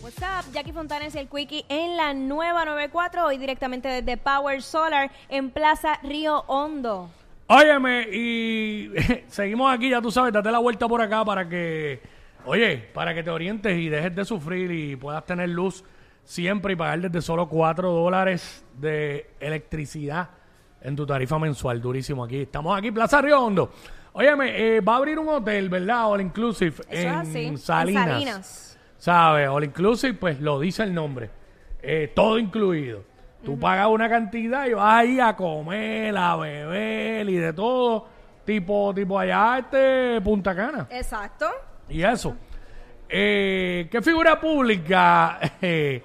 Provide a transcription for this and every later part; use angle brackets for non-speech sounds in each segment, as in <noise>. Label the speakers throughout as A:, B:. A: What's up, Jackie Fontanes y el Quickie en la nueva 94, hoy directamente desde Power Solar en Plaza Río Hondo.
B: Óyeme, y <laughs> seguimos aquí, ya tú sabes, date la vuelta por acá para que, oye, para que te orientes y dejes de sufrir y puedas tener luz siempre y pagar desde solo 4 dólares de electricidad en tu tarifa mensual. Durísimo aquí. Estamos aquí, Plaza Río Hondo. Óyeme, eh, va a abrir un hotel, ¿verdad? All Inclusive
A: es
B: en
A: así, en
B: Salinas.
A: Salinas.
B: ¿Sabes? All Inclusive, pues lo dice el nombre. Eh, todo incluido. Tú pagas una cantidad y vas ahí a comer, a beber y de todo. Tipo, tipo allá este Punta Cana.
A: Exacto.
B: Y eso. Eh, ¿Qué figura pública? <laughs> Eh,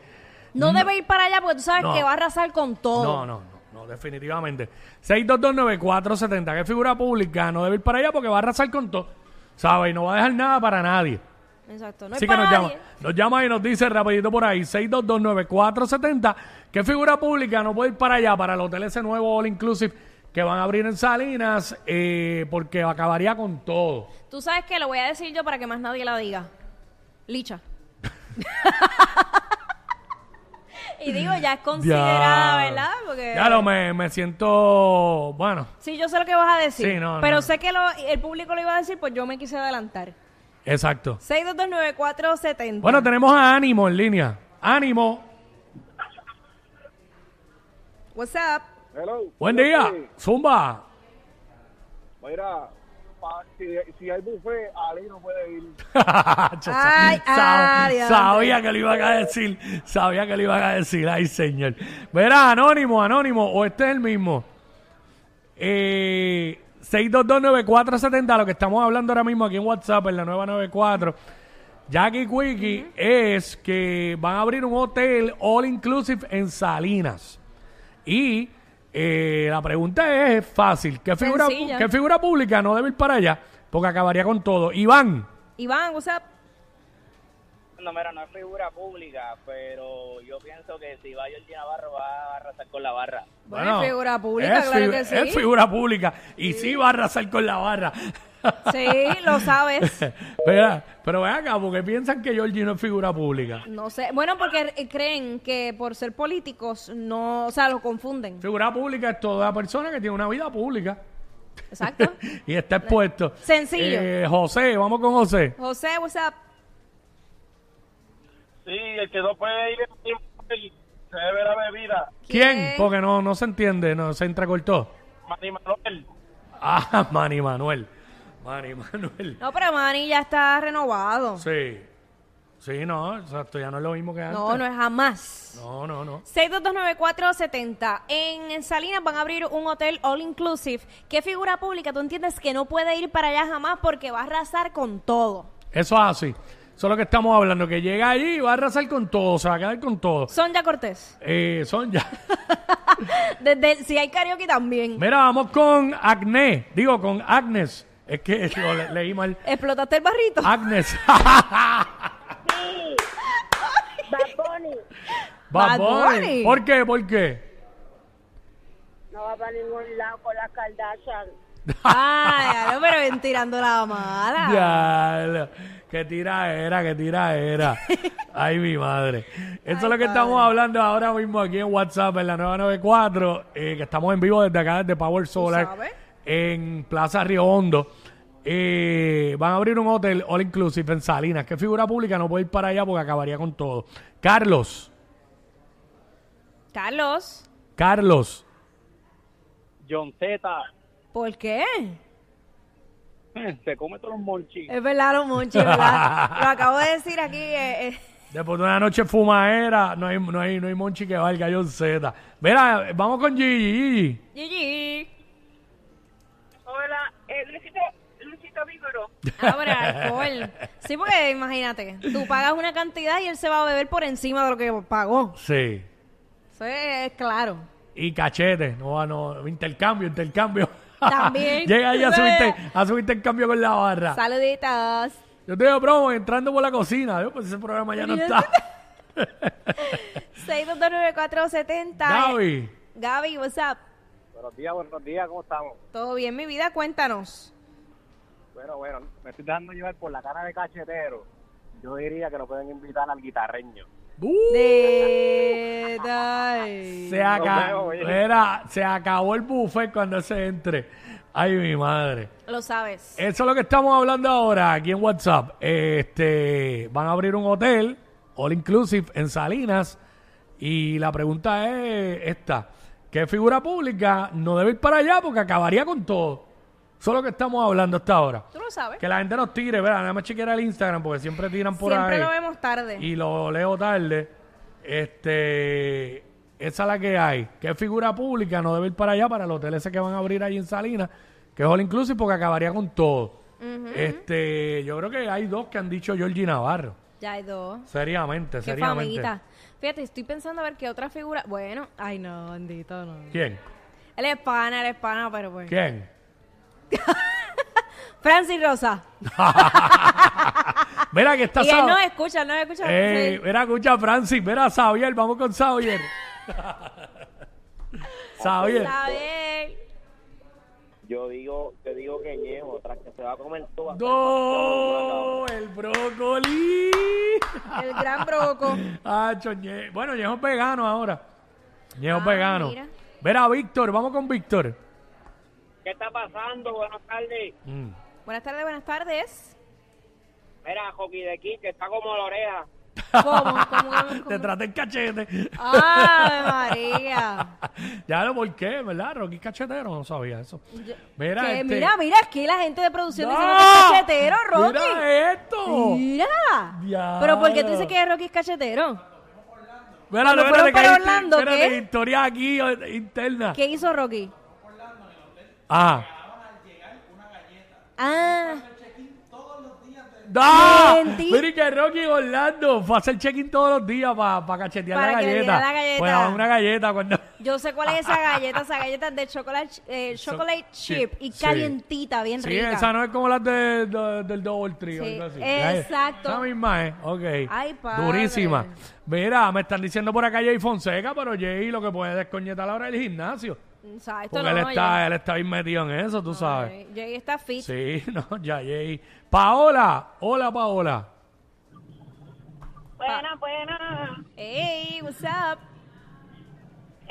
A: No, debe ir para allá porque tú sabes
B: No.
A: que va a arrasar con todo.
B: no, no, no, no, definitivamente. 6229470. ¿Qué figura pública? No debe ir para allá porque va a arrasar con todo. ¿Sabes? Y no va a dejar nada para nadie.
A: Exacto, no
B: Así
A: es
B: que
A: para
B: nos llama,
A: nadie.
B: nos llama y nos dice rapidito por ahí, 6229470, ¿qué figura pública no puede ir para allá, para el hotel ese nuevo All Inclusive que van a abrir en Salinas? eh, porque acabaría con todo.
A: Tú sabes que lo voy a decir yo para que más nadie la diga. <laughs> Licha. y digo, ya es considerada,
B: Ya.
A: ¿verdad? Porque
B: Ya lo me, me siento, bueno,
A: Sí, yo sé lo que vas a decir.
B: Sí, no,
A: pero
B: no.
A: sé que lo- el público lo iba a decir, pues yo me quise adelantar.
B: exacto.
A: 6229470.
B: Bueno, tenemos a Ánimo en línea. Ánimo,
A: What's up?
C: Hello.
B: buen día.
C: Sí.
B: Zumba.
C: Mira, pa- si, si hay buffet, Ali no puede ir.
B: Chacho,
A: Ay,
B: sab-
A: adiante.
B: sabía que lo iba a decir, sabía que lo iba a decir, ay señor. Verá, anónimo, anónimo, o este es el mismo. Eh, 6229470, lo que estamos hablando ahora mismo aquí en WhatsApp, en la nueva 94. Jackie Quickie es que van a abrir un hotel all inclusive en Salinas. Y eh, la pregunta es fácil. ¿Qué figura,
A: Sencilla.
B: ¿Qué figura pública no debe ir para allá? Porque acabaría con todo. Iván.
A: Iván, what's up?
D: No, mira, no es figura pública, pero yo pienso que si va Jordi Navarro va a arrasar con la barra.
A: Bueno, es figura pública,
B: es
A: claro
B: fi-
A: que sí.
B: Es figura pública. Y sí, va a arrasar con la barra.
A: Sí, lo
B: <laughs>
A: sabes.
B: Espera, <laughs> pero ven acá, porque piensan que Georgie no es figura pública.
A: No sé. Bueno, porque eh, creen que por ser políticos, no, o sea, lo confunden.
B: Figura pública es toda persona que tiene una vida pública
A: Exacto.
B: y está expuesto.
A: Sencillo.
B: Eh, José, vamos con José.
A: José, what's up?
E: Sí, el que no puede ir en papel se debe la bebida.
B: ¿Quién?
A: ¿Quién?
B: Porque no, no se entiende, no se entrecortó.
E: Manny Manuel.
B: Ah, <laughs> Manny Manuel. Manny Manuel.
A: No, pero Manny ya está renovado.
B: Sí. Sí, no, exacto, ya no es lo mismo que antes.
A: No, no es jamás.
B: No, no, no.
A: 6229470. En Salinas van a abrir un hotel all inclusive. ¿Qué figura pública tú entiendes que no puede ir para allá jamás porque va a arrasar con todo?
B: Eso es así. Eso es lo que estamos hablando, que llega allí y va a arrasar con todo, se va a quedar con todo.
A: Sonja
B: <laughs>
A: Cortés.
B: Eh, son ya.
A: Desde, si hay karaoke también.
B: Mira, vamos con Agnes. Digo, con Agnes. Es que <laughs> lo le- leí mal.
A: ¿Explotaste el barrito?
B: Agnes. <laughs>
F: Bad Bunny
A: Bad
B: Bad Bunny.
A: Bunny.
B: ¿Por qué? ¿Por qué?
F: no va para ningún lado con la Kardashian.
A: Ay, ya lo, pero ven tirando la mala.
B: Ya, qué tira era, qué tira era. Ay, mi madre. Eso es lo que estamos hablando ahora mismo aquí en WhatsApp, en la 994, eh, que estamos en vivo desde acá, desde Power Solar,
A: sabes?
B: en Plaza Río Hondo. Eh, van a abrir un hotel all inclusive en Salinas. ¿Qué figura pública no puede ir para allá porque acabaría con todo? Carlos,
A: Carlos,
B: Carlos,
D: John Z
A: ¿por qué?
D: se come todos los monchis.
A: Es verdad, lo Monchi, es verdad. lo acabo de decir aquí. eh, eh.
B: después de una noche fumadera, no hay, no hay, no hay monchi que valga, John Z. Mira, vamos con Gigi, Gigi.
A: Gigi.
F: Hola, eh, Luisito, Luisito Vígoro.
A: Ahora, Ah, alcohol. Sí, porque imagínate, tú pagas una cantidad y él se va a beber por encima de lo que pagó.
B: Sí.
A: Eso es, es claro.
B: Y cachete, no, va, no, intercambio, intercambio.
A: También.
B: <laughs> Llega ahí a su, inter- a su intercambio con la barra.
A: Saluditos.
B: Yo te digo, bro, entrando por la cocina. Yo, pues ese programa ya no está.
A: 6229470.
B: <laughs> Gaby.
A: Gaby, what's up?
C: Buenos días, buenos días, ¿cómo estamos?
A: ¿Todo bien, mi vida? Cuéntanos.
C: Bueno, bueno, me estoy dejando llevar por la cara de cachetero. Yo diría que lo pueden invitar al guitarreño.
B: Uh, <laughs>
A: De... Ay.
B: se, aca-
C: Nos vemos, oye.
B: Mira, se acabó el buffet cuando se entre. Ay, mi madre.
A: Lo sabes.
B: Eso es lo que estamos hablando ahora aquí en WhatsApp. Este, van a abrir un hotel, all inclusive, en Salinas. Y la pregunta es esta. ¿Qué figura pública no debe ir para allá porque acabaría con todo? Eso es lo que estamos hablando hasta ahora.
A: Tú lo sabes.
B: Que la gente nos tire, ¿verdad? Nada más chequear el Instagram porque siempre tiran por
A: Siempre
B: ahí.
A: lo vemos tarde.
B: Y lo leo tarde. Este, esa es la que hay. ¿Qué figura pública no debe ir para allá, para el hotel ese que van a abrir ahí en Salinas? Que es All Inclusive porque acabaría con todo. Este, yo creo que hay dos que han dicho Georgie Navarro.
A: Ya hay dos.
B: Seriamente,
A: Qué
B: seriamente.
A: famiguita. Fíjate, estoy pensando a ver qué otra figura. Bueno, ay no, bendito, no.
B: ¿Quién?
A: Él es pana, él es pana, pero bueno.
B: ¿Quién?
A: Francis Rosa.
B: Mira que está
A: Y él
B: Sab-
A: no escucha, no escucha.
B: Ey,
A: Sí.
B: mira, escucha, Francis. Mira, Xavier, vamos
A: <laughs>
B: con Xavier. Xavier.
A: Está bien.
D: Yo digo, yo digo que llevo, tras que se va a comer todo.
B: ¡No! ¡El brócoli!
A: El gran
B: <laughs>
A: broco.
B: Ah, choñe. Bueno, Ñejo es vegano ahora. Ñejo es
A: Ah,
B: vegano.
A: mira.
B: Verá, Víctor, vamos con Víctor.
D: ¿Qué está pasando? Buenas tardes.
B: Mm.
A: Buenas tardes, buenas tardes.
D: Mira, Joki de aquí, que está como la oreja.
A: ¿Cómo? ¿Cómo? cómo,
B: Te
A: cómo?
B: trata el cachete.
A: Ay, María.
B: <laughs> ya lo por qué, ¿verdad? Rocky cachetero, no sabía eso. Mira,
A: Que
B: este-
A: mira, mira, aquí la gente de producción dice que
B: ¡Ah!
A: es cachetero, Rocky.
B: Mira esto.
A: Mira.
B: Ya.
A: Pero ¿por qué tú dices que Rocky es cachetero?
B: Espérate,
A: Cuando fueron
B: espérate, que hay
A: para
B: histo-
A: Orlando,
B: espérate,
A: ¿qué?
B: historia aquí eh, interna.
A: ¿Qué hizo Rocky?
B: Ah.
A: Ah,
B: ¡Da!
A: Mentí.
B: Mira y que Rocky Orlando fue a hacer check-in todos los días para cachetear
A: Para
B: la
A: que le
B: galleta.
A: diera la galleta.
B: Pues daban una galleta cuando...
A: yo sé cuál es esa galleta, esa galleta es de chocolate, eh, chocolate chip y
B: Sí.
A: calientita, bien
B: Sí,
A: rica.
B: esa no es como las de- de- del Double Tree o
A: Sí,
B: algo así.
A: exacto.
B: Esa misma es, ok.
A: Ay, padre.
B: Durísima. Mira, me están diciendo por acá Jay Fonseca, pero Jay lo que puede es coñetar ahora el gimnasio.
A: O sea, esto
B: Porque
A: no,
B: él,
A: ya-
B: está, él está bien metido en eso, tú sabes.
A: Ya ahí está fit.
B: Sí, <laughs> no, ya Jay. Paola, hola Paola.
F: Buena, buena.
A: Hey, what's up?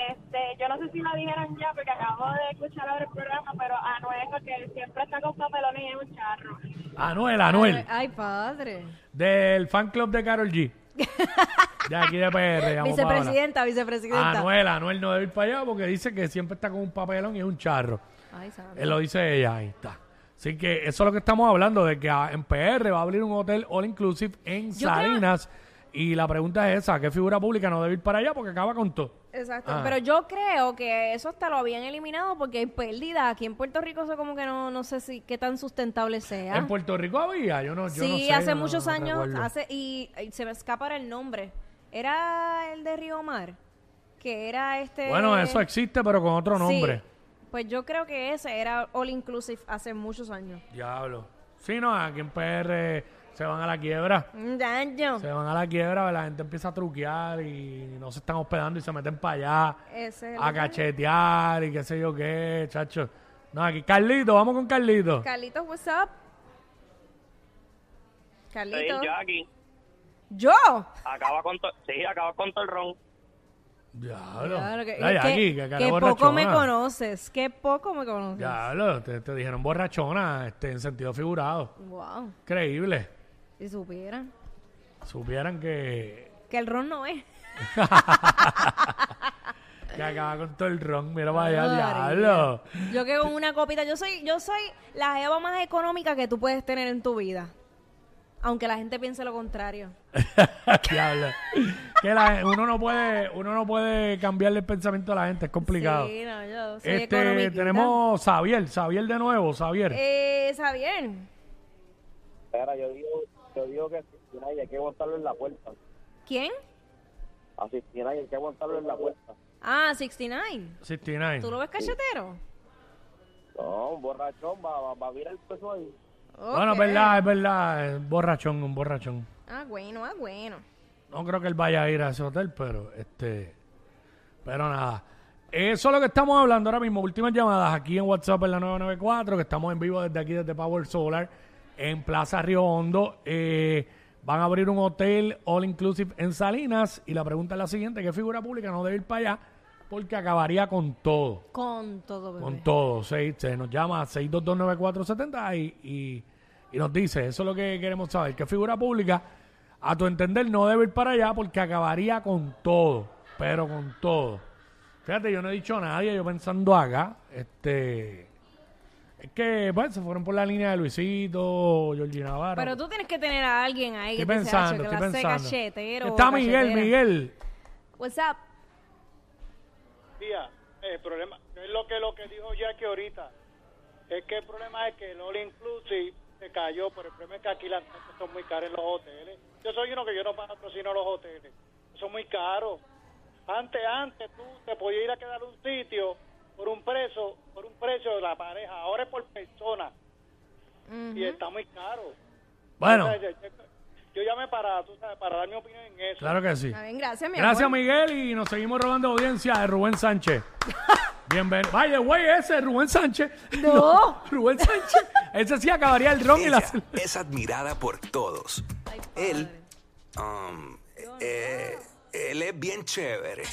F: Este, yo no sé si lo dijeron ya porque acabo de escuchar ahora el programa, pero Anuel que siempre está con papelones y es un charro.
B: Anuel, Anuel,
A: Ay, padre.
B: del fan club de Carol G.
A: <laughs>
B: De aquí de PR, llamo Paola.
A: Vicepresidenta, vicepresidenta.
B: Anuel, Anuel no debe ir para allá porque dice que siempre está con un papelón y es un charro.
A: Ay, santo.
B: Él lo dice ella, ahí está. Así que eso es lo que estamos hablando, de que ah, en PR va a abrir un hotel all inclusive en
A: Yo creo-
B: Salinas. Y la pregunta es esa, ¿qué figura pública no debe ir para allá porque acaba con todo?
A: Exacto,
B: Ah.
A: pero yo creo que eso hasta lo habían eliminado porque hay pérdida. Aquí en Puerto Rico eso como que no, no sé si qué tan sustentable sea.
B: En Puerto Rico había, yo no, yo no
A: sí,
B: sé,
A: hace
B: yo no-
A: muchos
B: no
A: años,
B: recuerdo.
A: hace y, y se me escapa ahora el nombre. Era el de Río Mar, que era este...
B: Bueno, eso existe, pero con otro
A: Sí.
B: nombre.
A: Pues yo creo que ese era All Inclusive hace muchos años.
B: Diablo. Sí, no, aquí en PR se van a la quiebra.
A: Ya, yo.
B: Se van a la quiebra, la gente empieza a truquear y no se están hospedando y se meten para allá.
A: Ese es
B: a
A: el-
B: cachetear y qué sé yo qué, chacho. No, aquí Carlito, vamos con Carlito.
A: Carlitos, what's up?
D: Sí,
A: Carlitos.
D: Jackie.
A: ¿Yo?
D: Acaba con todo. Sí, acaba con todo el ron.
B: Diablo.
A: Claro, que,
B: Ay,
A: que-
B: Jackie, que cara
A: que poco
B: borrachona.
A: me conoces, que poco me conoces.
B: Diablo, te, te dijeron borrachona este, en sentido figurado.
A: Wow,
B: Increíble.
A: si supiera
B: Supieran que,
A: que el ron no es.
B: que acaba con todo el ron. Mira, vaya,
A: María.
B: diablo. <laughs>
A: Yo que con una copita, yo soy, yo soy la jeva más económica que tú puedes tener en tu vida. Aunque la gente piense lo contrario.
B: Diablo. Que la- uno, no puede, uno no puede cambiarle el pensamiento a la gente, es complicado.
A: Sí, no, yo soy
B: este,
A: economiquita.
B: tenemos Xavier, Xavier de nuevo, Xavier.
A: Eh, Xavier,
C: Espera, yo digo, yo digo que Cristina y hay que botarlo en la puerta.
A: ¿quién?
C: A Cristina y hay que botarlo en la puerta.
A: Ah, 69.
B: 69.
A: ¿Tú lo ves cachetero?
C: No, un borrachón va, va, va a virar el peso ahí.
B: Bueno,
A: Ok.
B: es verdad, es verdad. es borrachón, un borrachón.
A: Ah, bueno, ah, bueno.
B: No creo que él vaya a ir a ese hotel, pero este. Pero nada. Eso es lo que estamos hablando ahora mismo. Últimas llamadas aquí en WhatsApp en la 994, que estamos en vivo desde aquí, desde Power Solar, en Plaza Río Hondo. Eh, van a abrir un hotel all inclusive en Salinas. Y la pregunta es la siguiente: ¿qué figura pública no debe ir para allá? Porque acabaría con todo.
A: Con todo, bebé.
B: Con todo. Se, se nos llama a 6229470 y, y, y nos dice, eso es lo que queremos saber, que figura pública, a tu entender, no debe ir para allá porque acabaría con todo, pero con todo. Fíjate, yo no he dicho a nadie, yo pensando acá, este... Es que, pues, se fueron por la línea de Luisito, Georgina Navarro.
A: Pero tú tienes que tener a alguien ahí
B: estoy
A: que te sea
B: pensando, estoy
A: clase
B: pensando.
A: cachetero.
B: Está
A: o
B: Miguel,
A: cachetera.
B: Miguel.
A: What's up?
E: Tía, el problema es lo que lo que dijo Jackie ahorita. Es que el problema es que el All Inclusive se cayó, pero el problema es que aquí las cosas son muy caras en los hoteles. Yo soy uno que yo no patrocino los hoteles. Son muy caros. Antes, antes tú te podías ir a quedar a un sitio por un precio, por un precio de la pareja. Ahora es por persona. Y está muy caro.
B: Bueno,
E: O sea, yo- Yo llamé para, tú sabes, para dar mi opinión en eso.
B: claro que sí.
A: Está bien, gracias, mi
B: Gracias,
A: amor.
B: Miguel. Y nos seguimos robando audiencia de Rubén Sánchez. Bienvenido. Vaya, güey, ese es Rubén Sánchez. <laughs>
A: No.
B: Rubén Sánchez. Ese sí acabaría el ron y la.
G: Ella es admirada por todos. Él, um, eh, él es bien chévere. <laughs>